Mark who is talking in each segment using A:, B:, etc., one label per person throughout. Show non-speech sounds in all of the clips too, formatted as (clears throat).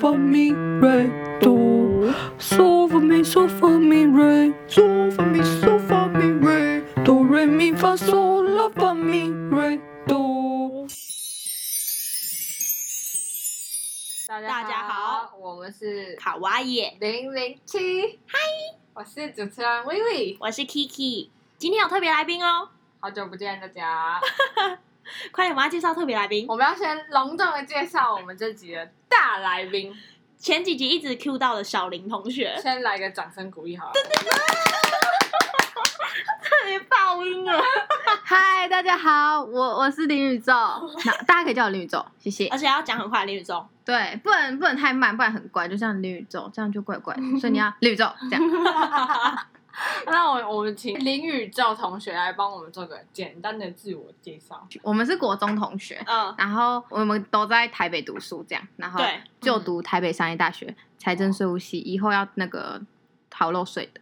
A: for me right do so for me so for me right so for me so for me right do re mi fa so la for me right do
B: 大
C: 大家好，
B: 我们是
C: 卡哇耶，
B: 零零七，嗨，我是主持人薇薇，
C: 我是 Kiki，今天有特别来宾哦，
B: 好久不见大家， (laughs)
C: 快点，我们要介绍特别来宾
B: 我。们要先隆重的介绍我们这集的大来
C: (laughs)
B: 宾，
C: 前几集一直 Q 到的小林同学，
B: 先来个掌声鼓励好了，
C: (laughs) 特别爆音啊了，
D: 嗨，大家好，我我是林宇宙，那大家可以叫我林宇宙，谢谢
C: 而。且要讲很快，林宇中。
D: 对，不能不能太慢，不然很怪，就像林宇宙这样就怪怪的，所以你要林宇宙这样。
B: (laughs) 那我我们请林宇宙同学来帮我们做个简单的自我介
C: (laughs)
B: 绍，
D: 我们是国中同学，
C: 嗯，
D: 然后我们都在台北读书，这样，然后
C: 对
D: 就读台北商业大学财政税务系，以后要那个逃漏税的，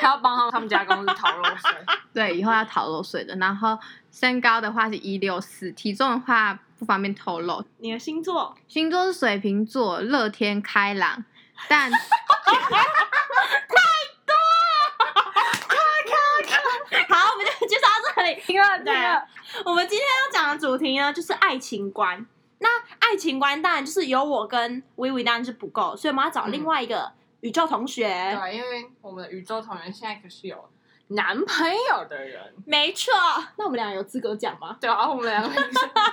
B: 他要帮他们家公司讨论
C: (laughs)
B: 水，
D: 对，以后要逃漏税的。然后身高的话是一六四，体重的话不方便透露，
C: 你的星座， (laughs)
D: 星座是水瓶座，乐天开朗，但
C: 好，我们就介绍到这里。
B: 听了听
C: 对
B: 了
C: 啊，我们今天要讲的主题呢，就是爱情观。那爱情观当然就是有我跟薇薇当然是不够，所以我们要找另外一个宇宙同学。
B: 对，因为我们的宇宙同学现在可是有男朋友的人。
C: 没错，那我们俩有资格讲吗？
B: 对啊，我们两个，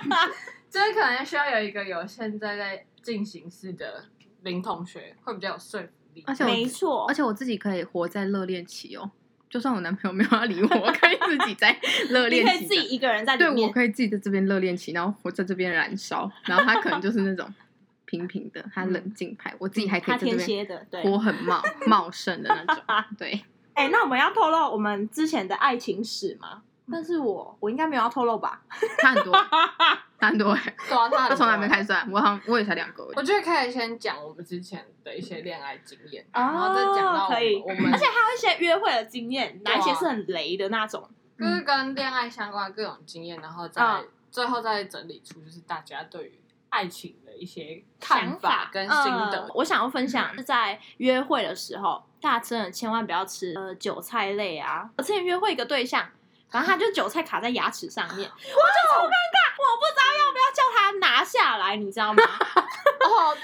B: (laughs) 就是可能需要有一个有现在在进行式的林同学，会比较有说服力。
D: 而且我
C: 没错，
D: 而且我自己可以活在热恋期哦，就算我男朋友没有要理我，我可以自
C: (laughs)
D: 己在热
C: 你
D: 恋
C: 可以
D: 期
C: 自己
D: 的。
C: 一个人在
D: 对，
C: 里
D: 我
C: 面。
D: 可以自己在这边热恋期，然后活在这边燃烧，然后他可能就是那种平平的，他冷静派，我自己还可
C: 嗯他
D: 以在这
C: 天
D: 边
C: 蝎的，对，
D: 活很茂茂盛的那种。对，
C: 哎、那我们要透露我们之前的爱情史吗？但是我我应该没有要透露吧？(laughs)
D: 他很多，他很多欸，
B: 对啊，他
D: 他
B: 很
D: 从来没
B: 多
D: 开始算，我好像我也才两个而已，
B: 我觉得可以先讲我们之前的一些恋爱经验，
C: 哦
B: 然后再讲到我
C: 可以
B: 们我们
C: 而且还有一些约会的经验，
B: 对啊
C: 哪一些是很雷的那种？
B: 就是跟恋爱相关的各种经验，然后再
C: 嗯
B: 最后再整理出就是大家对于爱情的一些看
C: 法
B: 跟心
C: 嗯
B: 得。嗯
C: 我想要分享是在约会的时候，大家真的千万不要吃呃韭菜类啊！我之前约会一个对象，反正他就韭菜卡在牙齿上
B: (gasps)
C: 面，我就超尴尬，我不知道要不要叫他拿下来，你知道吗？ (laughs) 那
B: 哦，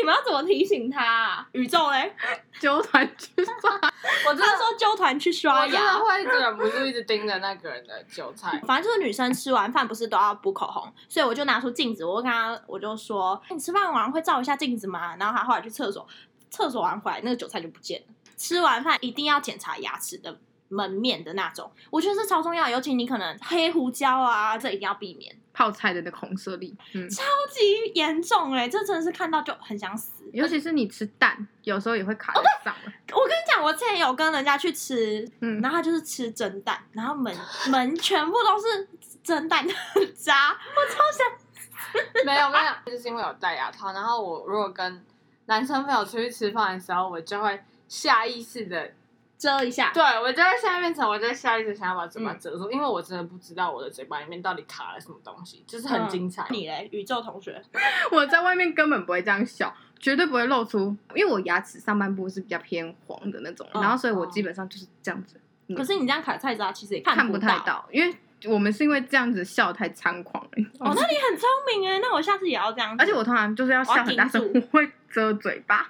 C: 你们要怎么提醒他啊、宇宙嘞，
D: 纠团去算。 (laughs)
B: 我真
C: 他
B: 的
C: 说揪团去刷
B: 我真
C: 牙
B: 的。会忍不住一直盯着那个人的韭菜。
C: 反正就是女生吃完饭不是都要补口红，所以我就拿出镜子，我就跟她我就说：“哎你吃饭完会照一下镜子吗？”然后她后来去厕所，厕所完回来那个韭菜就不见了。吃完饭一定要检查牙齿的门面的那种，我觉得是超重要，尤其你可能黑胡椒啊，这一定要避免，
D: 泡菜的那个红色粒，嗯，
C: 超级严重哎、这真的是看到就很想死。
D: 尤其是你吃蛋，有时候也会卡
C: 哦
D: 在上面。
C: 我跟你讲，我之前有跟人家去吃，
D: 嗯
C: 然后他就是吃蒸蛋，然后门门全部都是蒸蛋 (laughs) 的渣，我超想
B: (laughs) 没有没有，就是因为有戴牙套。然后我如果跟男生朋友出去吃饭的时候，我就会下意识的，
C: 遮一下。
B: 对我就会现在变成我在下意识想要把嘴巴遮住，因为我真的不知道我的嘴巴里面到底卡了什么东西，就是很精彩。
C: 嗯你嘞，宇宙同学，
D: (laughs) 我在外面根本不会这样笑，绝对不会露出，因为我牙齿上半部是比较偏黄的那种，
C: 嗯
D: 然后所以我基本上就是这样子，嗯
C: 可是你这样卡菜渣其实也
D: 看
C: 不
D: 不太。到，因为我们是因为这样子笑太猖狂了，
C: 哦，那你很聪明哎，那我下次也要这样子。
D: 而且我通常就是要笑很大声，
C: 我要
D: 我
C: 顶
D: 会遮嘴
C: (laughs)
D: 巴，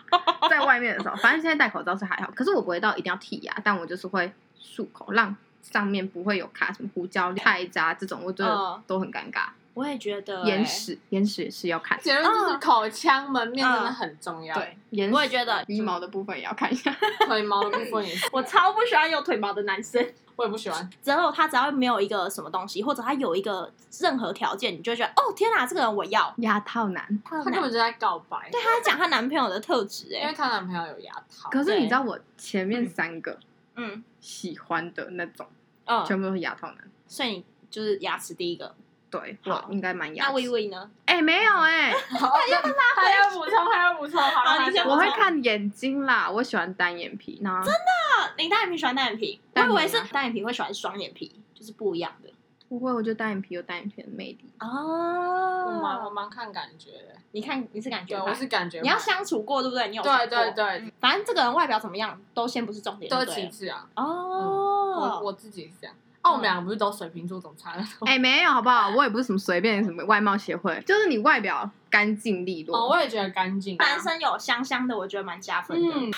D: 在外面的时候，反正现在戴口罩是还好，可是我不会到一定要剔牙，但我就是会漱口，让上面不会有卡什么胡椒、菜渣这种，我
C: 嗯
D: 觉得都很尴尬。
C: 我也觉得
D: 眼
C: 欸，
D: 屎，眼屎也是要看，
B: 结论就是口腔门面真的
C: 嗯
B: 很重要，
D: 对，眼
C: 我也
D: 屎
C: 觉得
D: 鼻毛的部分也要看一下。
B: 腿毛的部分也是，
C: 我超不喜欢有腿毛的男生。
B: 我也不
C: (laughs)
B: 喜欢。
C: 之后他只要没有一个什么东西，或者他有一个任何条件，你就会觉得哦天哪，这个人我要。
D: 牙套男。
B: 她根本就在告白，
C: 对，她在讲她男朋友的特质
B: 因为
C: 哎，
B: 她男朋友有牙套。
D: 可是你
C: 对
D: 知道我前面三个
C: 嗯
D: 喜欢的那种，
C: 嗯，
D: 全部都是牙套男。
C: 所以你就是牙齿第一个。
D: 对，
C: 好
D: 我应该蛮牙
C: 那
D: 齿。
C: 薇薇呢？
D: 哎、没有
B: (laughs)
D: 哎、
B: 他要他要补充，他要补充，好
C: 好
B: 她
C: 你先补充
D: 我会看眼睛啦，我喜欢单眼皮。那真的，
C: 啊，林单眼皮喜欢单眼皮，我
D: 单
C: 以
D: 眼皮啊
C: 为是单眼皮会喜欢双眼皮，就是不一样的。
D: 不会，我就单眼皮有单眼皮的魅力。
B: 我蛮我
C: 哦，
B: 蛮看感觉的，
C: 你看你是感觉
B: 对，
C: 派，
B: 我是感觉派。
C: 你要相处过对不对？你有相
B: 对
C: 处过
B: 对，对，
C: 反正这个人外表怎么样都先不是重点就对
B: 都
C: 了，
B: 是其次啊。
C: 哦
B: 我，我自己是这样。哦，我们两个不是都水瓶座，怎么差那么多？
D: 哎、没有好不好？我也不是什么随便什么外貌协会，就是你外表干净利落。
B: 哦，我也觉得干净啊。
C: 男生有香香的，我觉得蛮加分的。
B: 嗯，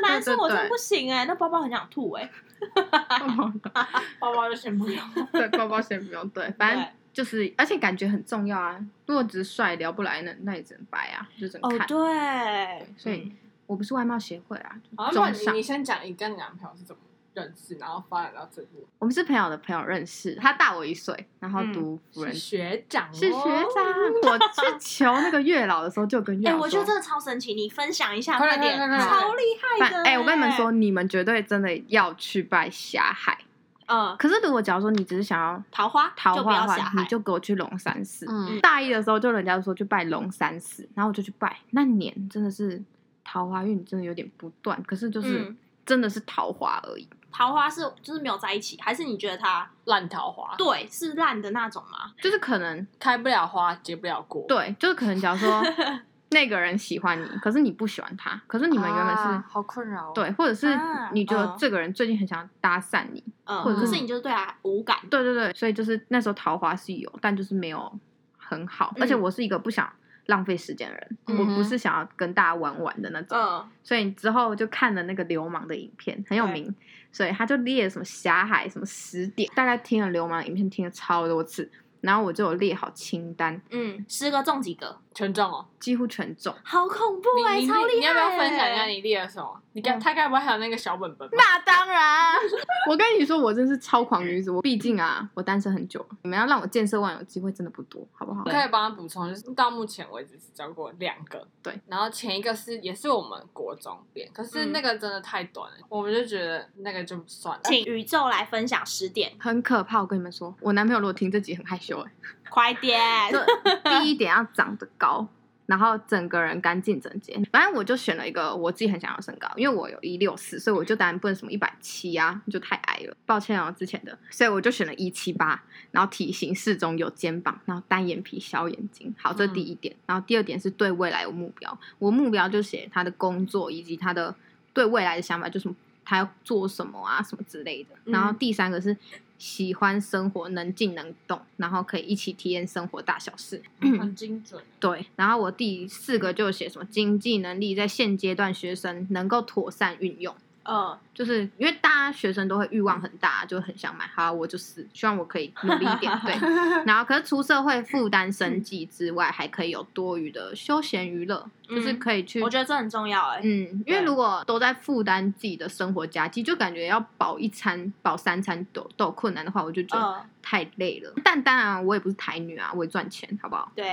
C: 那男生
D: 对对
C: 我真
D: 对
C: 不行哎、那包包很想吐哎、
B: 包包就先不用。
D: (laughs) 对，包包先不用。对，反正
C: 对
D: 就是，而且感觉很重要啊。如果只是帅聊不来，那那也只能掰啊，就只
C: (laughs)
D: 能
C: 哦嗯
D: 看。
C: 对，
D: 所以我不是外貌协会啊，
B: 好，哦那
D: 中
B: 你
D: 上
B: 你。先讲你跟你男朋友是怎么认识，然后发展到这步。
D: 我们是朋友的朋友认识，他大我一岁，然
C: 嗯
D: 后读辅
B: 是
D: 仁
B: 学长哦，
D: 是学长，
C: (laughs)
D: 我去求那个月老的时候就跟月
C: 哎、
D: 老说，
C: 我觉得真的超神奇，你分享一下，
B: 嗯快
C: 快
B: 点
C: 点，
B: 快点快点
C: 超厉害
D: 反
C: 的、欸
D: 哎、我跟你们说，，你们绝对真的要去拜霞海。
C: 嗯，
D: 可是如果假如说你只是想要
C: 桃花
D: 桃
C: 就不
D: 花
C: 要
D: 的
C: 小
D: 话，你
C: 孩，
D: 就给我去龙山寺。
B: 嗯，
D: 大一的时候就人家说去拜龙山寺，然后我就去拜，那年真的是桃花运真的有点不断，可是就是
C: 嗯
D: 真的是桃花而已，
C: 桃花是就是没有在一起，还是你觉得他
B: 烂桃花，
C: 对是烂的那种吗？
D: 就是可能
B: 开不了花，结不了果。
D: 对，就是可能假如
C: (laughs)
D: 说那个人喜欢你，可是你不喜欢他，可是你
B: 啊，
D: 们原本是、
B: 好困扰哦。
D: 对，或者是
C: 啊
D: 你觉得
C: 嗯
D: 这个人最近很想搭讪你，
C: 嗯，
D: 或者
C: 可
D: 是
C: 是你就是对他无感，
D: 对对对，所以就是那时候桃花是有，但就是没有很好，而且
C: 嗯
D: 我是一个不想浪费时间的人，
B: 嗯
D: 我
B: 哼
D: 不是想要跟大家玩玩的那种，
C: 嗯，
D: 所以之后就看了那个流氓的影片，很有
C: 对
D: 名，所以他就列什么霞海什么十点，大概听了流氓影片听了超多次，然后我就有列好清单，
C: 嗯，十个中几个，
B: 全中哦。
D: 几乎全中。
C: 好恐怖
B: 你
C: 哎、
B: 你
C: 超厉害、欸！
B: 你你要不要分享一下？你列了什么？啊你
D: 嗯
B: 该他该不会还有那个小本本吧？
D: 那当然，我跟你说，我真是超狂女子，我毕竟啊，我单身很久了，你们要让我见色忘友的机会真的不多，好不好
B: 我？可以帮他补充，就是到目前为止只交过两个，
D: 对。
B: 然后前一个是也是我们国中恋，可是
C: 嗯
B: 那个真的太短了，我们就觉得那个就不算了。
C: 请宇宙来分享十点，
D: 很可怕，我跟你们说，我男朋友如果听这集很害羞哎、
C: 快点！
D: 就第一点要长得高，然后整个人干净整洁。反正我就选了一个我自己很想要的身高，因为我有一六四，所以我就当然不能什么一百七啊，就太矮了，抱歉哦之前的，所以我就选了一七八，然后体型适中，有肩膀，然后单眼皮、小眼睛。好，这是第一点。然后第二点是对未来有目标，我目标就写他的工作以及他的对未来的想法，就什么他要做什么啊什么之类的。
C: 嗯
D: 然后第三个是。喜欢生活，能静能动，然后可以一起体验生活大小事。
B: 很
C: (coughs)
B: 精准。
D: (clears throat) 对，然后我第四个就写什么经济能力在现阶段学生能够妥善运用，
C: 嗯，
D: 就是因为大家学生都会欲望很大，就很想买。好，啊我就是希望我可以努力一点，
C: (laughs)
D: 对。然后可是出社会负担
C: 嗯
D: 生计之外，还可以有多余的休闲娱乐，就是
C: 嗯
D: 可以去。
C: 我觉得这很重要哎、
D: 嗯，因为
C: 对
D: 如果都在负担自己的生活家计，就感觉要保一餐、保三餐都都有困难的话，我就觉得
C: 嗯，
D: 太累了。但当然，我也不是台女啊，我也赚钱，好不好？
C: (laughs) 对，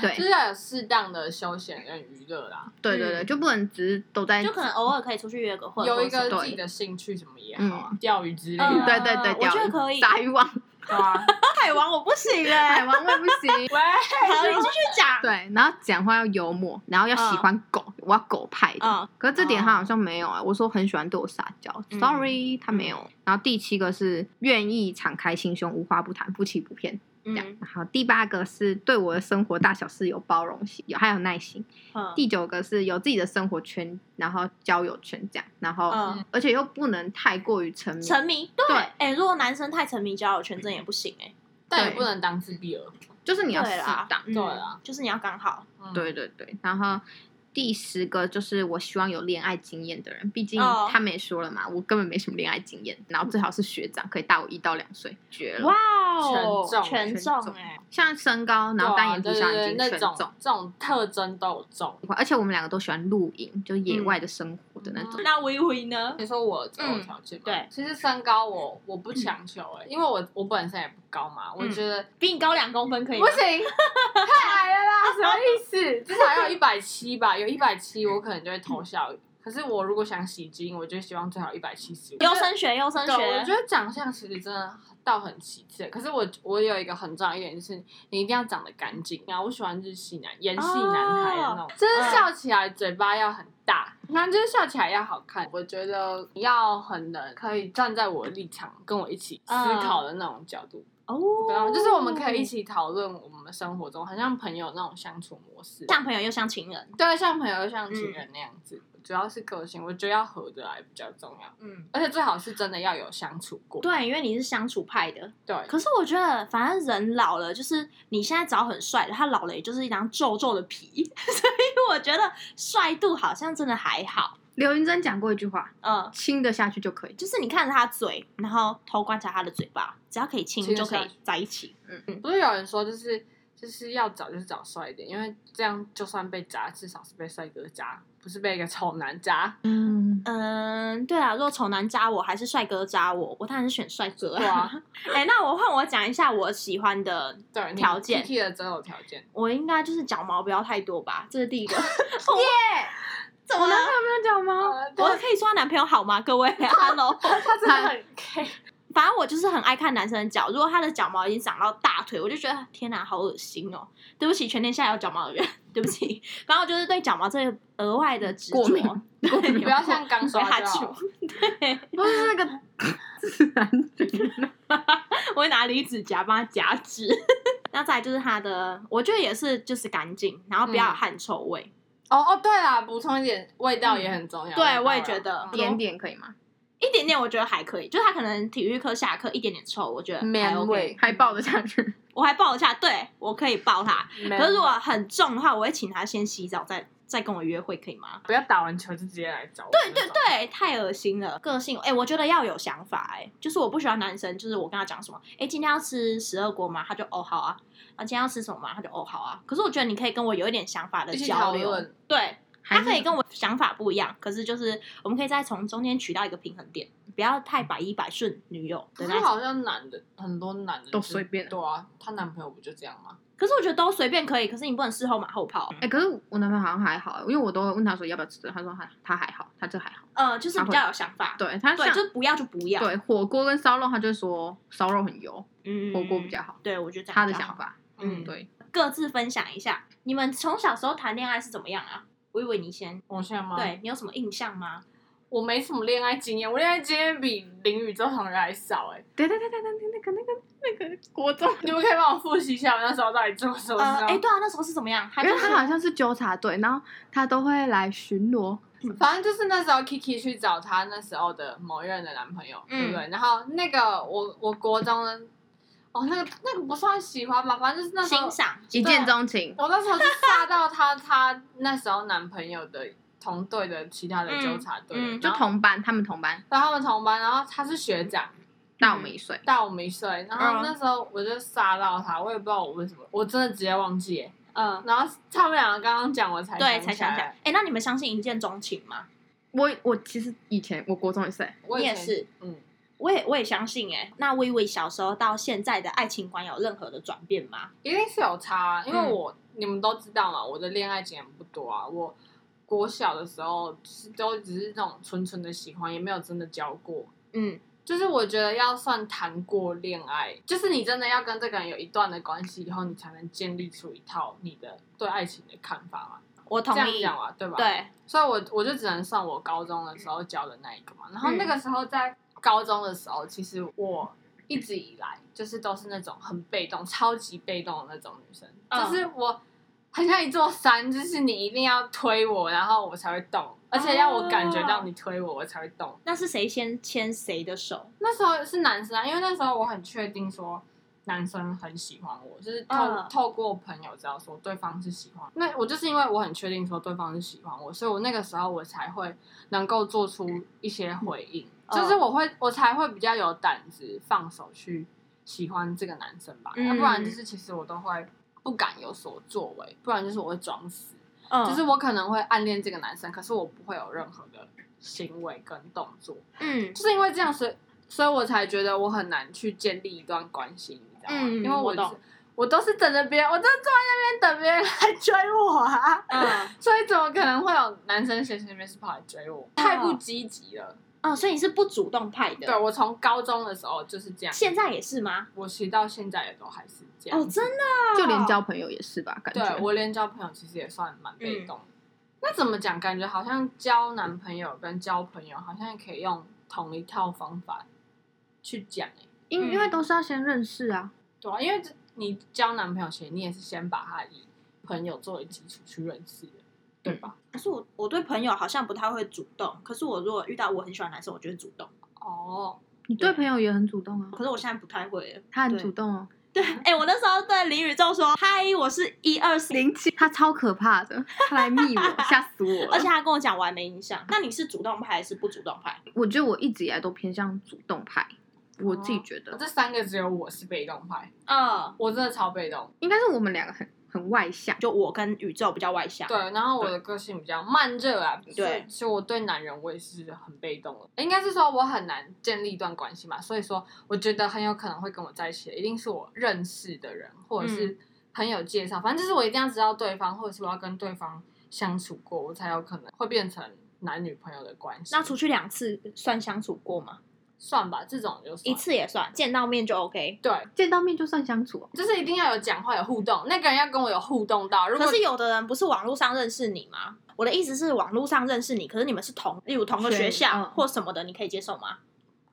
D: 对
B: 就是要有适当的休闲跟娱乐啦，
D: 对对对，就不能只是都在
C: 嗯就可能偶尔可以出去约嗯个会，
B: 有一
C: 或者什
B: 个
C: 么
B: 自己的兴趣什么也好啊，钓鱼之类
C: 嗯
D: 对
B: 的，
D: 对对，
C: 我觉得可以
D: 打渔网，
B: 对啊。
C: 海王我不行
D: (laughs) 海
C: (laughs) 哎、
D: 王我也不行。
B: 喂，
C: 好，你继续讲。
D: 对，然后讲话要幽默，然后要喜欢狗，我要狗派的。
C: 嗯
D: 可是这点他好像没有啊、我说很喜欢对我撒娇、
C: 嗯
D: s o r r y 他没有。然后第七个是愿意敞开心胸，无话不谈，不欺不骗这样。
C: 嗯
D: 然后第八个是对我的生活大小事有包容性，有还有耐心。
C: 嗯
D: 第九个是有自己的生活圈，然后交友圈这样，然后、
C: 嗯，
D: 而且又不能太过于沉迷。
C: 沉迷对，
D: 对
C: 哎、如果男生太沉迷交友圈，真的也不行哎、
B: 但也不能当自闭儿。
D: 就是你要
C: 对
D: 适
C: 啦
D: 当，
C: 嗯
B: 对啊，
C: 就是你要刚好，
B: 嗯，
D: 对对对，然后第十个就是我希望有恋爱经验的人，毕竟
C: 哦
D: 他们也说了嘛，我根本没什么恋爱经验，然后最好是学长，可以大我一到两岁，绝了。
C: 哇哦，全
B: 全中
D: 全中
C: 哎、
D: 像身高，然
B: 对
D: 后
B: 啊
D: 单眼皮、
B: 对
D: 小
B: 对
D: 眼
B: 对，
D: 睛
B: 那
D: 全
B: 种
D: 中，
B: 这种特征都有中。
D: 而且我们两个都喜欢露营，就野
C: 嗯
D: 外的生活的那种。
C: 那微微呢？
B: 你说我择偶
C: 嗯
B: 条件吗？
C: 对，
B: 其实身高我我不强求哎、欸因为我我本身也不高嘛，
C: 嗯
B: 我觉得、
C: 比你高两公分可以吗
B: 不行，太矮了啦，什么意思？至少要有一百七吧，有一百七我可能就会偷笑。可是我如果想洗金，我就希望最好一百七十五。
C: 优生学，优生
B: 对，我觉
C: 学，
B: 得长相其实真的倒很其次，可是我我有一个很重要一点就是，你一定要长得干净啊！我喜欢日系男、演系男孩的那种，就是笑起来嘴巴要很大，男生笑起来要好看，我觉得你要很能可以站在我的立场跟我一起思考的那种角度，
C: 哦，
B: 对啊，就是我们可以一起讨论我们生活中很像朋友那种相处模式，
C: 像嗯朋友又像情人，
B: 对，像朋友像情人那样子。主要是个性，我觉得要合得来比较重要，
C: 嗯，
B: 而且最好是真的要有相处过。
C: 对，因为你是相处派的。
B: 对，
C: 可是我觉得，反正人老了，就是你现在找很帅的，他老了也就是一张皱皱的皮， (laughs) 所以我觉得帅度好像真的还好。
D: 刘云珍讲过一句话：
C: 嗯，
D: 亲的下去就可以。
C: 就是你看着他嘴，然后偷观察他的嘴巴，只要可以亲
B: 亲
C: 就
B: 得
C: 可
B: 下
C: 以
B: 去
C: 在一起。
B: 不是有人说就是就是要找就是找帅一点，因为这样就算被渣，至少是被帅哥渣，不是被一个丑男渣。
D: 嗯，
C: 嗯，对啊，如果丑男渣我，还是帅哥渣我，我当然是选帅哥
B: 对啊。
C: (laughs) 哎、那我换我讲一下我喜欢的，
B: 对，你
C: (laughs) 条件
B: T 的择偶条件，
C: 我应该就是脚毛不要太多吧，这是第一个。耶、 (laughs) 怎么
D: 我
C: 了
D: 男？朋友没有讲吗？
B: 呃
C: 哦我
B: 对
C: 可以说她男朋友好吗？各位 (laughs) ，Hello，
B: 他真的很 K， (laughs)
C: 反正我就是很爱看男生的脚。如果他的脚毛已经长到大腿，我就觉得天哪，好恶心哦！对不起，全天下有脚毛的人， (laughs) 对不起。反正我就是对脚毛这个额外的执
D: 过敏
C: 着， (laughs) 对
B: 不要像刚刷
C: 哈
B: 就好。
C: 对，
D: 不是那个自然卷，
C: 我会拿离子夹帮他夹直。 (laughs) 那再来就是他的，我觉得也是就是干净，然后不要有
B: 嗯
C: 汗臭味。
B: 哦哦，对啦，补充一点味道嗯也很重要。味
C: 嗯对，
B: 道
C: 我也
B: 啦
C: 觉得
D: 点点可以吗？
C: 一点点，我觉得还可以。就是他可能体育课下课一点点臭，我觉得还 OK。
B: 味
D: 还抱得下去？
C: 我还抱一下，对我可以抱他。
B: 没
C: 可是如
B: 有
C: 果很重的话，我会请他先洗澡，再再跟我约会，可以吗？
B: 不要打完球就直接来找我那种。对对
C: 对，太恶心了。个性，哎、我觉得要有想法、哎，就是我不喜欢男生，就是我跟他讲什么，哎、今天要吃十二锅吗？他就哦好啊，啊，今天要吃什么吗？他就哦好啊。可是我觉得你可以跟我有一点想法的
B: 一起
C: 交
B: 讨
C: 流，
B: 论。
C: 对，
D: 还
C: 他
D: 是
C: 可以跟我想法不一样，可是就是我们可以再从中间取到一个平衡点，不要太百依百顺女友
B: 可
C: 的
B: 是
C: 那种。
B: 好像男的很多男的
D: 都
B: 就是
D: 随便
B: 对啊，她男朋友不就这样吗？
C: 可是我觉得都随便可以，可是你不能事后马后炮啊
D: 哎、，可是我男朋友好像还好，因为我都问他说要不要吃这个，他说他他还好，他这还好。
C: 呃，就是比较有想法。
D: 对他
C: 对，
D: 像
C: 就是不要就不要。
D: 对火锅跟烧肉，他就会说烧肉很油，
C: 嗯，
D: 火锅比较好。
C: 对，我觉得这样
D: 他的
C: 比较好
D: 想。法，
C: 嗯，
D: 对，
C: 各自分享一下你们从小时候谈恋爱是怎么样啊？我以为你先，
B: 我现在吗？，
C: 对你有什么印象吗？
B: 我没什么恋爱经验，我恋爱经验比淋雨周同人还少哎、
D: 对对对对对，那个那个那个国中，
B: 你们可以帮我复习一下我那时候到底做了什么
C: 呃，
B: 事
C: 哎，
B: 吗？
C: 对啊，那时候是怎么样？他
D: 因
C: 就
D: 为
C: 是
D: 他好像是纠察队，然后他都会来巡逻，
B: 反正就是那时候 Kiki 去找她那时候的某一任的男朋友，
C: 嗯
B: 对不对？然后那个我我国中的，哦，那个那个不算喜欢吧，反正就是那时候
C: 欣赏，啊
D: 一见钟情。
B: 我那时候就杀到 (laughs) 她她那时候男朋友的同队的其他的纠察队的，
C: 嗯嗯
D: 就
B: 然后
D: 同班，他们同班，
B: 然后他们同班，然后他是学长。
D: 大我们一岁。
B: 大我们一岁，然后
C: 嗯
B: 那时候我就杀到他，我也不知道我为什么，我真的直接忘记耶。
C: 嗯，
B: 然后他们两个刚刚讲，我才
C: 对，才想
B: 起
C: 起
B: 来
C: 来。。哎，那你们相信一见钟情吗？
D: 我我其实以前我国中也是，
B: 我
C: 你
B: 以
C: 也
B: 前，
C: 是，
B: 嗯，
C: 我也我也相信哎、那薇薇小时候到现在的爱情观有任何的转变吗？
B: 一定是有差、啊，因为
C: 嗯
B: 我、你们都知道嘛，我的恋爱经验不多啊。我国小的时候就是都只是那种纯纯的喜欢，也没有真的交过。
C: 嗯，
B: 就是我觉得要算谈过恋爱，就是你真的要跟这个人有一段的关系以后，你才能建立出一套你的对爱情的看法嘛。
C: 我
B: 这
C: 同
B: 样
C: 意。
B: 讲嘛，对吧？
C: 对，
B: 所以我我就只能算我高中的时候教的那一个嘛。然后那个时候在高中的时候，其实我一直以来就是都是那种很被动、超级被动的那种女生，
C: 嗯
B: 就是我很像一座山，就是你一定要推我，然后我才会动，而且要我感觉
C: 啊
B: 到你推我，我才会动。
C: 那是谁先牵谁的手？
B: 那时候是男生啊，因为那时候我很确定说。男生很喜欢我，就是透、
C: 嗯
B: 透过朋友知道说对方是喜欢，那我就是因为我很确定说对方是喜欢我，所以我那个时候我才会能够做出一些回应，
C: 嗯
B: 就是我会我才会比较有胆子放手去喜欢这个男生吧，
C: 嗯
B: 要不然就是其实我都会不敢有所作为，不然就是我会装死，
C: 嗯，
B: 就是我可能会暗恋这个男生，可是我不会有任何的行为跟动作，
C: 嗯
B: 就是因为这样，所以所以我才觉得我很难去建立一段关系，你知道吗？
C: 嗯
B: 因为
C: 我
B: 我
C: 懂
B: 是我都是等着别人，我都坐在那边等别人来追我啊， (laughs)
C: 嗯
B: 所以怎么可能会有男生闲闲没事跑来追我？太不积极了。
C: 嗯，所以你是不主动派
B: 对
C: 的，
B: 我从高中的时候就是这样，
C: 现在也是吗？
B: 我其实到现在也都还是这样。
C: 哦，真的啊、
D: 就连交朋友也是吧，感
B: 对
D: 觉。
C: 嗯
B: 我连交朋友其实也算蛮被动的。那怎么讲？感觉好像交男朋友跟交朋友好像也可以用同一套方法去讲欸诶、
C: 嗯
D: 因因为都是要先认识啊。
B: 对啊，因为这你交男朋友前，你也是先把他以朋友作为基础去认识的，对吧？
C: 可是我我对朋友好像不太会主动，可是我如果遇到我很喜欢的男生，我就会主动。
B: 哦，
D: 你对朋友也很主动啊，
C: 可是我现在不太会了。
D: 他很主动哦，
C: 对，哎、我那时候对林宇宙说：“嗨，我是一二四。
D: 林奇他超可怕的，他来密我，
B: (laughs)
D: 吓死我”了。
C: 而且他跟我讲，我还没印象。那你是主动派还是不主动派？
D: 我觉得我一直以来都偏向主动派，我自己
B: 哦
D: 觉得、
B: 这三个只有我是被动派，
C: 嗯，
B: 我真的超被动。
D: 应该是我们两个很很外向，
C: 就我跟宇宙比较外向。
B: 对，然后我的个性比较慢热啊，所以
C: 对
B: 所以我对男人我也是很被动的，应该是说我很难建立一段关系嘛，所以说我觉得很有可能会跟我在一起的，一定是我认识的人，或者是朋友介绍，反正就是我一定要知道对方，或者是我要跟对方相处过，我才有可能会变成男女朋友的关系。
C: 那出去两次算相处过吗？
B: 算吧，这种就算
C: 一次也算，见到面就 OK。
B: 对，
D: 见到面就算相处哦、
B: 就是一定要有讲话有互动，那个人要跟我有互动到，如果
C: 可是有的人不是网络上认识你吗？我的意思是，网络上认识你，可是你们是同，例如同个
D: 学
C: 学校
D: 嗯
C: 或什么的，你可以接受吗？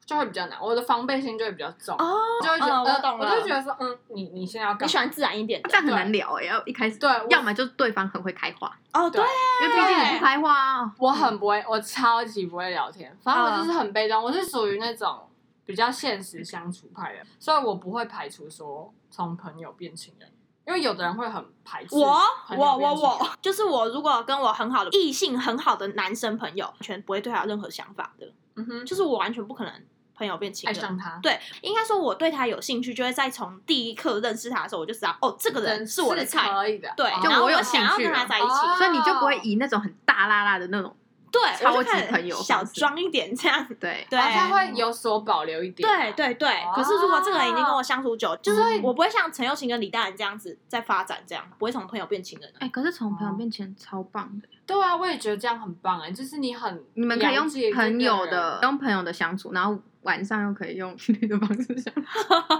B: 就会比较难，我的防备心就会比较重，
C: 哦，
B: 就会觉得、
C: 嗯我懂了。
B: 呃我就会觉得说，嗯，你你现在要干嘛
C: 你喜欢自然一点的
D: 这样很难聊哎、要一开始，
B: 对，我
D: 要么就是对方很会开话，
C: 哦，对
B: 对，
D: 因为毕竟你不开话、哦。
B: 我很不会，我超级不会聊天，反正
C: 嗯
B: 我就是很被动，我是属于那种比较现实相处派的，所以我不会排除说从朋友变情人，因为有的人会很排斥
C: 我
B: 朋
C: 我
B: 友
C: 我
B: 变情人
C: 我，就是我，如果跟我很好的异性很好的男生朋友，完全不会对他有任何想法的，
B: 嗯哼，
C: 就是我完全不可能朋友变情
B: 爱
C: 人。
B: 上他，
C: 对，应该说我对他有兴趣，就会在从第一刻认识他的时候，我就知道哦，这个人是我的菜，
B: 可以的，
C: 对，
B: 哦
D: 就
C: 然后
D: 我有
C: 我想要
D: 兴趣
C: 跟他
D: 了
C: 在一起，
B: 哦
D: 所以你就不会以那种很大辣辣的那种，
C: 对，
D: 超
C: 我就
D: 级
C: 开始
D: 朋友方
C: 小
D: 式
C: 装一点这样，
D: 对，
C: 对，
B: 好像会有所保留一点，
C: 对，对对、可是如果这个人已经跟我相处久，就是
B: 所以
C: 我不会像陈又晴跟李大人这样子在发展，这样不会从朋友变情人了。啊
D: 哎、可是从朋
B: 哦
D: 友面前超棒的，
B: 对啊，我也觉得这样很棒哎，就是你很
D: 你们可以用
B: 了解这个人
D: 朋友的，用朋友的相处，然后晚上又可以用 (laughs) 情侣的方式相处，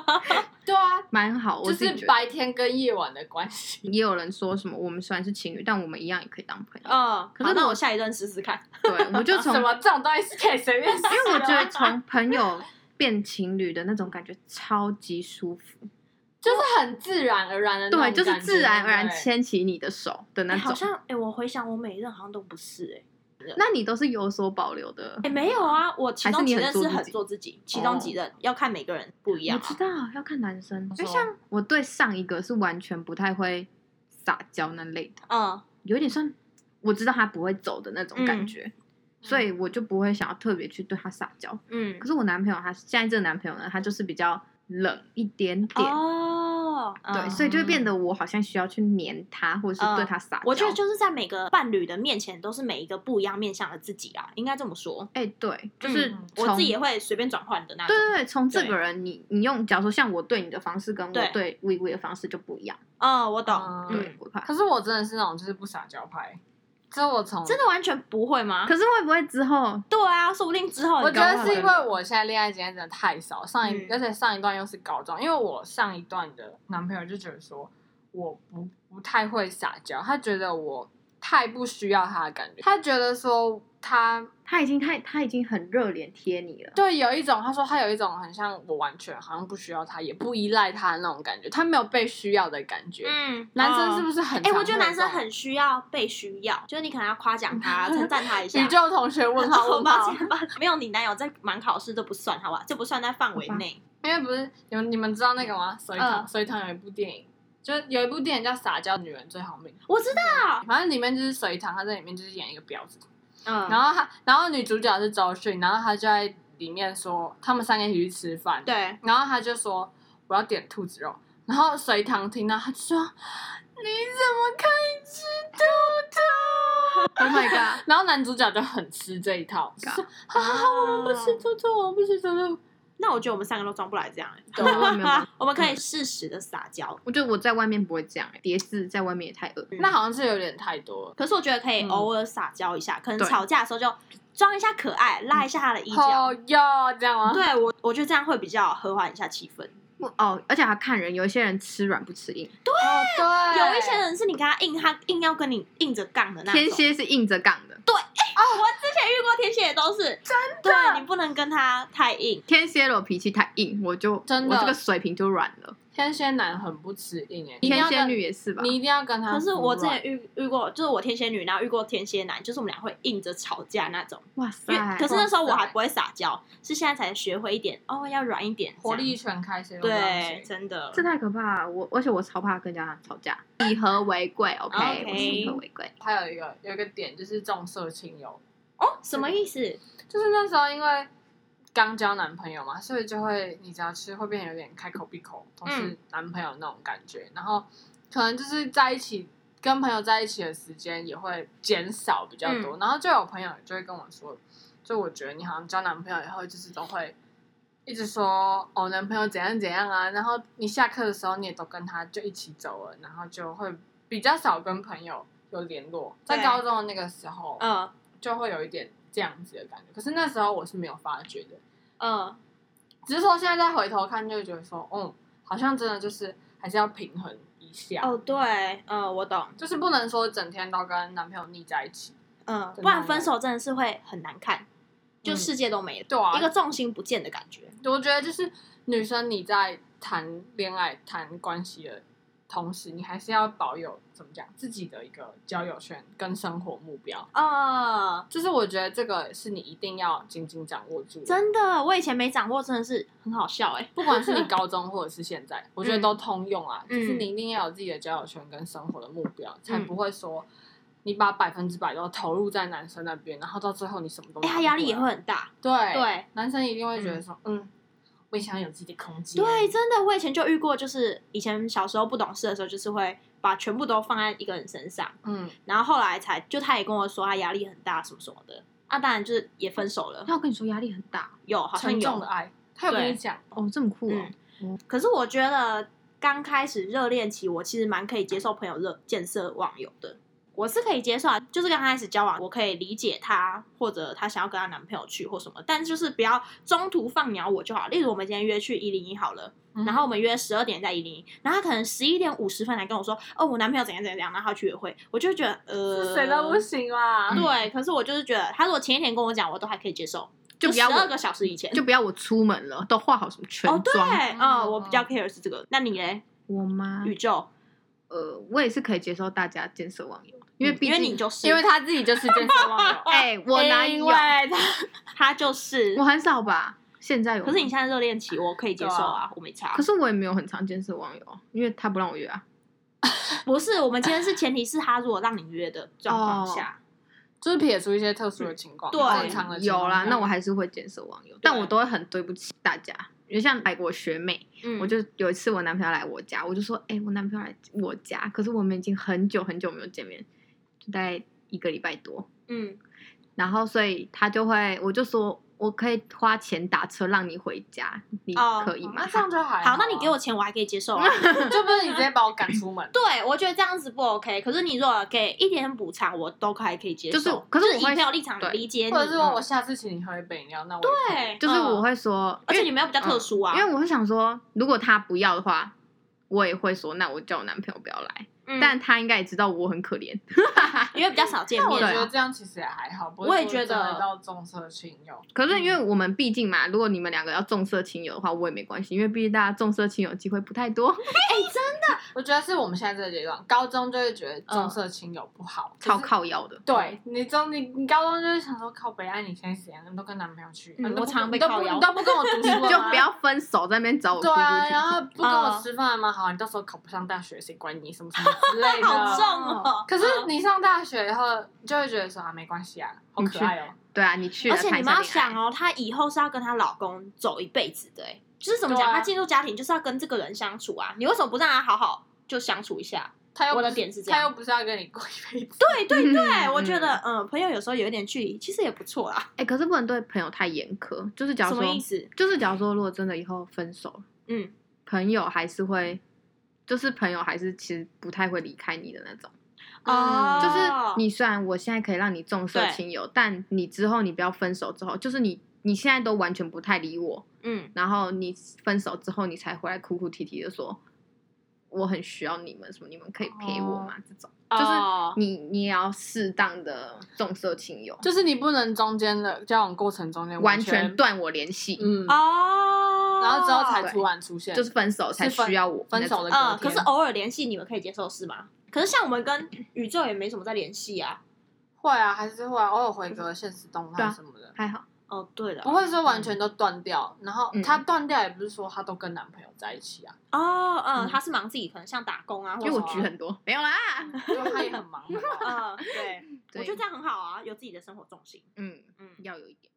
B: 对啊，
D: 蛮好。我
B: 就
D: 自己觉
B: 是
D: 得
B: 白天跟夜晚的关系，
D: 也有人说什么，我们虽然是情侣，但我们一样也可以当朋友。
C: 嗯，
D: 可是
C: 好那
D: 我
C: 我下一任试试看。
D: 对，我 (laughs) 就从，
B: (laughs) 啊什
D: 因
B: 么啊这种东西是可以随便试 (laughs) 的，因
D: 为我觉得从朋友变情侣的那种感觉超级舒服，
B: 就是很自然而然的那种
D: 对，
B: 感觉，
D: 就是自然而然
B: 对不对
D: 牵起你的手的那
C: 哎
D: 种
C: 好。像哎、我回想我每一任好像都不是哎、
D: 那你都是有所保留的
C: 哎、，没有啊，我其
D: 还是
C: 中
D: 你
C: 几
D: 很
C: 任
D: 做
C: 是
D: 自
C: 很
D: 己哦
C: 做自己，其中几任、要看每个人不一
D: 我
C: 样、
D: 知
C: 啊。
D: 道要看男生，
B: 说
D: 因为像我对上一个是完全不太会撒娇那类的，
C: 嗯，
D: 有点像我知道他不会走的那种感
C: 嗯
D: 觉，所
B: 嗯
D: 以我就不会想要特别去对他撒娇。
C: 嗯
D: 可，是我男朋友他现在这个男朋友呢，他就是比较冷一点点，
C: 哦，
D: 对，
C: 嗯
D: 所以就会变得我好像需要去黏他，或者是对他撒娇。
C: 我觉得就是在每个伴侣的面前，都是每一个不一样面向的自己啊啦，应该这么说。
D: 哎、对，就是
B: 嗯
D: 从、
C: 我自己也会随便转换的那种
D: 对。对对，从这
C: 对
D: 个人你你用，假如说像我对你的方式跟我
C: 对
D: 对微微的方式就不一样，
C: 嗯，我懂。
B: 嗯
D: 对
C: 嗯，，
D: 我怕。
B: 可是我真的是那种就是不撒娇派，就是我从
C: 真的完全不会吗？
D: 可是会不会之后
C: 对啊，说不定之后
B: 我
C: 你
B: 觉
C: 搞不
B: 得
D: 啊
C: 好
B: 是因
C: 会
B: 为我现在恋爱经验真的太少，上一、
C: 嗯
B: 而且上一段又是高中，因为我上一段的男朋友就觉得说我不不太会撒娇，他觉得我太不需要他的感觉，他觉得说他
D: 他已经太他已经很热脸贴你了？
B: 对有一种他说他有一种很像我完全好像不需要他，也不依赖他的那种感觉，他没有被需要的感觉。
C: 嗯，
B: 男生是
C: 是？
B: 不是很？
C: 哎、我觉得男生。很需要被需要，就是你可能要夸奖他、称赞他一
D: (laughs)
C: 下。
B: 宇宙
C: (laughs)
B: 同学问号
C: 我
B: 问
C: 抱
B: 号，
C: 歉，抱歉 (laughs) 没有你男友在忙考试，这不算，好吧？这不算在范围内。
B: 因为不是你们你们知道那个吗？隋唐
C: 嗯
B: 隋唐有一部电影，就是有一部电影叫《撒娇女人最好命
C: 我知道，》，
B: 反正里面就是隋唐，她在里面就是演一个婊子，
C: 嗯，
B: 然后她然后女主角是周迅，然后她就在里面说他们三个一起去吃饭，，
C: 对，
B: 然后她就说我要点兔子肉，然后隋唐听到她就说你怎么可以吃兔子？
D: Oh my
C: (laughs)
D: god！
B: 然后男主角就很吃这一套，就说好好
C: 啊
B: 好，我们不吃兔子，我们不吃兔子，
C: 那我觉得我们三个都装不来这样、欸。
B: 对啊
D: 我没有办法
C: (laughs) 我们可以适时的撒娇，
D: 我觉得我在外面不会这样、欸，叠字在外面也太恶。
C: 嗯
B: 那好像是有点太多了。
C: 可是我觉得可以
B: 嗯
C: 偶尔撒娇一下，可能
D: 对
C: 吵架的时候就装一下可爱，拉一下他的衣角。
B: 哦好哟，这样吗？哦
C: 对我，我觉得这样会比较和缓一下气氛。
D: 不哦，而且还看人，有一些人吃软不吃硬，
B: 哦，对，
C: 有一些人是你跟他硬，他硬要跟你硬着杠的那种。
D: 天蝎是硬着杠的，
C: 哦，我之前遇过天蝎也都是真的，对你不能跟他太硬。
D: 天蝎如果脾气太硬，我就
B: 真的
D: 我这个水平就软了。
B: 天蝎男很不吃硬耶，你一定
D: 天
B: 要
D: 蝎
B: 跟
D: 女也是吧？
B: 你一定要跟他
C: 可
B: 服软。
C: 是我之前遇遇过，就是我天蝎女，然后遇过天蝎男，就是我们俩会硬着吵架那种。
D: 哎哇
C: 因
D: 塞
C: 为！可是那时候我还不会撒娇，是现在才学会一点哦，要软一点，
B: 活力全开，谁
C: 这
B: 都不
C: 样。
B: 让
C: 对，
B: 谁
C: 真的
D: 这。太可怕了，我而且我超怕跟人家吵架，以和为贵，OK，,
C: OK
D: 我是以和为贵。
B: 还有一个有一个点就是重色轻友，
C: 哦，什么意思？
B: 就是那时候因为刚交男朋友嘛，所以就会你只要吃会变得有点开口闭口都是男朋友那种感觉，然后可能就是在一起跟朋友在一起的时间也会减少比较多，然后就有朋友就会跟我说，就我觉得你好像交男朋友以后就是都会。一直说哦，男朋友怎样怎样啊，然后你下课的时候你也都跟他就一起走了，然后就会比较少跟朋友有联络。在
C: 对
B: 高中的那个时候，
C: 嗯
B: 就会有一点这样子的感觉。可是那时候我是没有发觉的，
C: 嗯，
B: 只是说现在再回头看，就会觉得说，嗯，好像真的就是还是要平衡一下，
C: 哦对，嗯，我懂，
B: 就是不能说整天都跟男朋友腻在一起。
C: 嗯，
B: 的
C: 不然分手真的是会很难看，就
B: 嗯
C: 世界都没了，
B: 对啊
C: 一个重心不见的感觉。
B: 我觉得就是女生你在谈恋爱、谈关系的同时，你还是要保有怎么讲自己的一个交友圈跟生活目标。
C: 啊、
B: 就是我觉得这个是你一定要紧紧掌握住的，
C: 真的，我以前没掌握，真的是很好笑哎、
B: 不管是你高中或者是现在，我觉得都通用啊。
C: 嗯
B: 就是你一定要有自己的交友圈跟生活的目标，才
C: 嗯
B: 不会说你把百分之百都投入在男生那边，然后到最后你什么都
C: 哎、
B: 拿
C: 他
B: 不
C: 压力也
B: 回
C: 会
B: 来
C: 很大。
B: 对
C: 对，
B: 男生一定会觉得说，嗯，我也想有自己的空间。
C: 对，真的，我以前就遇过，就是以前小时候不懂事的时候，就是会把全部都放在一个人身上，
B: 嗯，
C: 然后后来才就他也跟我说他压力很大什么什么的。啊，当然就是也分手了，
D: 那我跟你说，压力很大
C: 有好像
B: 沉重的
C: 有，
B: 爱，他有跟
C: 对
B: 你讲，
D: 哦，这么酷哦
C: 嗯。可是我觉得刚开始热恋期，我其实蛮可以接受朋友热建设网友的，我是可以接受啊，就是刚开始交往，我可以理解她或者她想要跟她男朋友去或什么，但就是不要中途放鸟我就好。例如我们今天约去一零一好了，
B: 嗯
C: 然后我们约十二点在一零一，然后他可能十一点五十分才跟我说，哦，我男朋友怎样怎样怎样，然后他去约会，我就觉得呃，嗯
B: 谁都不行啦。
C: 对，可是我就是觉得，他如果前一天跟我讲，我都还可以接受，
D: 就不
C: 十
D: 要
C: 二
D: 我，
C: 个小时以前
D: 就不要我出门了，都化好什么全
C: 哦，对，
D: 妆。
C: 嗯，我比较 care 是这个。那你嘞，
D: 我吗？
C: 宇宙？
D: 呃，我也是可以接受大家建设网友，因为
C: 嗯
D: 毕
C: 因
D: 竟
C: 为你就是，，
B: 因为他自己就是健身网友
C: (laughs)
D: 哎、我哪
B: 因
D: 有？
B: 为他
C: 他就是
D: 我，很少吧，现在有。
C: 可是你现在热恋期，我可以接受
B: 对
C: 啊
B: 啊，
C: 我没差
D: 可。是我也没有很常见识网友啊，因为他不让我约啊。
C: 不是，我们今天是前提是他如果让你约的状况下，
B: 就是撇除一些特殊的情况，
C: 对
B: 正常的情况
D: 有啦，
B: 下
D: 那我还是会见识网友，但我都会很对不起大家。因为像来我学妹，
C: 嗯
D: 我就有一次我男朋友来我家，我就说，哎、我男朋友来我家，可是我们已经很久很久没有见面，就大概一个礼拜多。
C: 嗯
D: 然后所以他就会，我就说我可以花钱打车让你回家，你
C: 哦
D: 可以吗？
B: 那这样就还
C: 好，那你给
B: 我。
C: 我钱，我还可以接 (laughs) 受啊。。
B: (laughs) 就不是你直接把我赶出门
C: (laughs) 对，我觉得这样子不 OK。可是你如果给一点补偿，我都还可以接受。
D: 就是可是我
C: 以
D: 会
C: 朋友立场
D: 对
C: 理解你，
B: 或者是说我
C: 嗯
B: 下次请你喝一杯饮料，那我也可以
C: 对，
D: 就是我
C: 嗯，
D: 会说，
C: 而
D: 因
C: 且
D: 为
C: 你们要比较特殊啊，
D: 因为我会想说，如果他不要的话，我也会说，那我叫我男朋友不要来。
C: 嗯
D: 但他应该也知道我很可怜，
C: 因为比较少见
B: 但我
C: 面
B: 觉得
C: 啊。
B: 这样其实也还好，不
C: 我也
B: 会说
C: 觉得
B: 真的到重色轻友。
D: 可是因
C: 嗯
D: 为我们毕竟嘛，如果你们两个要重色轻友的话，我也没关系，因为毕竟大家重色轻友机会不太多，
B: 我觉得是我们现在这个阶段，高中就会觉得重色轻友不好，
D: 超
B: 可是。
D: 靠腰的。
B: 对你中你你高中就是想说靠北啊岸，你现在怎样？你都跟男朋友去，
C: 嗯
B: 啊你都
C: 我
B: 不
C: 常被
B: 你都不
C: 靠腰
B: 你都不跟我读书了吗
D: (laughs) 就不要分手在那边找我
B: (laughs)
D: 哭
B: 对
D: 哭
B: 啊，
D: 啼啼
B: 然后不跟我
C: 嗯
B: 吃饭吗？好，你到时候考不上大学，谁管你什么什么之类
C: (laughs)
B: 的。
C: 好重哦！
B: 可是你上大学以后，你就会觉得说啊，没关系啊，好可爱哦。
D: 对啊，你去了
C: 而且
D: 谈
C: 你
D: 一
C: 们要
D: 下恋爱
C: 想哦，她以后是要跟她老公走一辈子的、欸，就是怎么讲？
B: 对啊
C: 她进入家庭就是要跟这个人相处啊，你为什么不让她好好就相处一下？
B: 他又
C: 我的
B: 不是
C: 点是这
B: 他
C: 样
B: 又不是要跟你过一辈子。
C: 对对对，
D: 嗯
C: 我觉得嗯，朋友有时候有一点距离，其实也不错啦。
D: (laughs) 哎、可是不能对朋友太严苛，就是假
C: 什
D: 如
C: 么
D: 说
C: 意，思？
D: 就是假如说，如果真的以后分手了，
C: 嗯，
D: 朋友还是会，就是朋友还是其实不太会离开你的那种。
C: 哦，
D: 嗯就是你虽然我现在可以让你重色轻友，但你之后你不要分手之后，就是你你现在都完全不太理我，
C: 嗯，
D: 然后你分手之后，你才回来哭哭啼啼的说，我很需要你们，什么你们可以陪我吗？这种
B: 哦
D: 就是你你也要适当的重色轻友，
B: 就是你不能中间的交往过程中间
D: 完
B: 全
D: 全，断我联系，
B: 嗯，
C: 哦，
B: 然后之后才
D: 对
B: 突然出现，
D: 就是分手才
B: 是分
D: 需要我
B: 分手的
D: 那种
C: 呃，
B: 隔
C: 可
B: 天
C: 是偶尔联系你们可以接受是吗？可是像我们跟宇宙也没什么在联系啊。
B: 会啊，还是会啊，偶尔回个现实动
D: 对
B: 态
D: 啊
B: 什么的，
D: 还好，
C: 哦，对的
B: 不，会说完全都断掉。然后
D: 嗯
B: 她断掉也不是说她都跟男朋友在一起啊，
C: 哦，嗯，
B: 嗯
C: 他是忙自己，可能像打工啊，或
D: 因为
C: 者
D: 我
C: 什么
D: 局很多，没有啦，
B: 因为她
D: (laughs)
B: 也很忙。好不好
C: 嗯，对，我
D: 对
C: 觉得这样很好啊，有自己的生活重心。
D: 嗯，
C: 嗯，
D: 要有一点。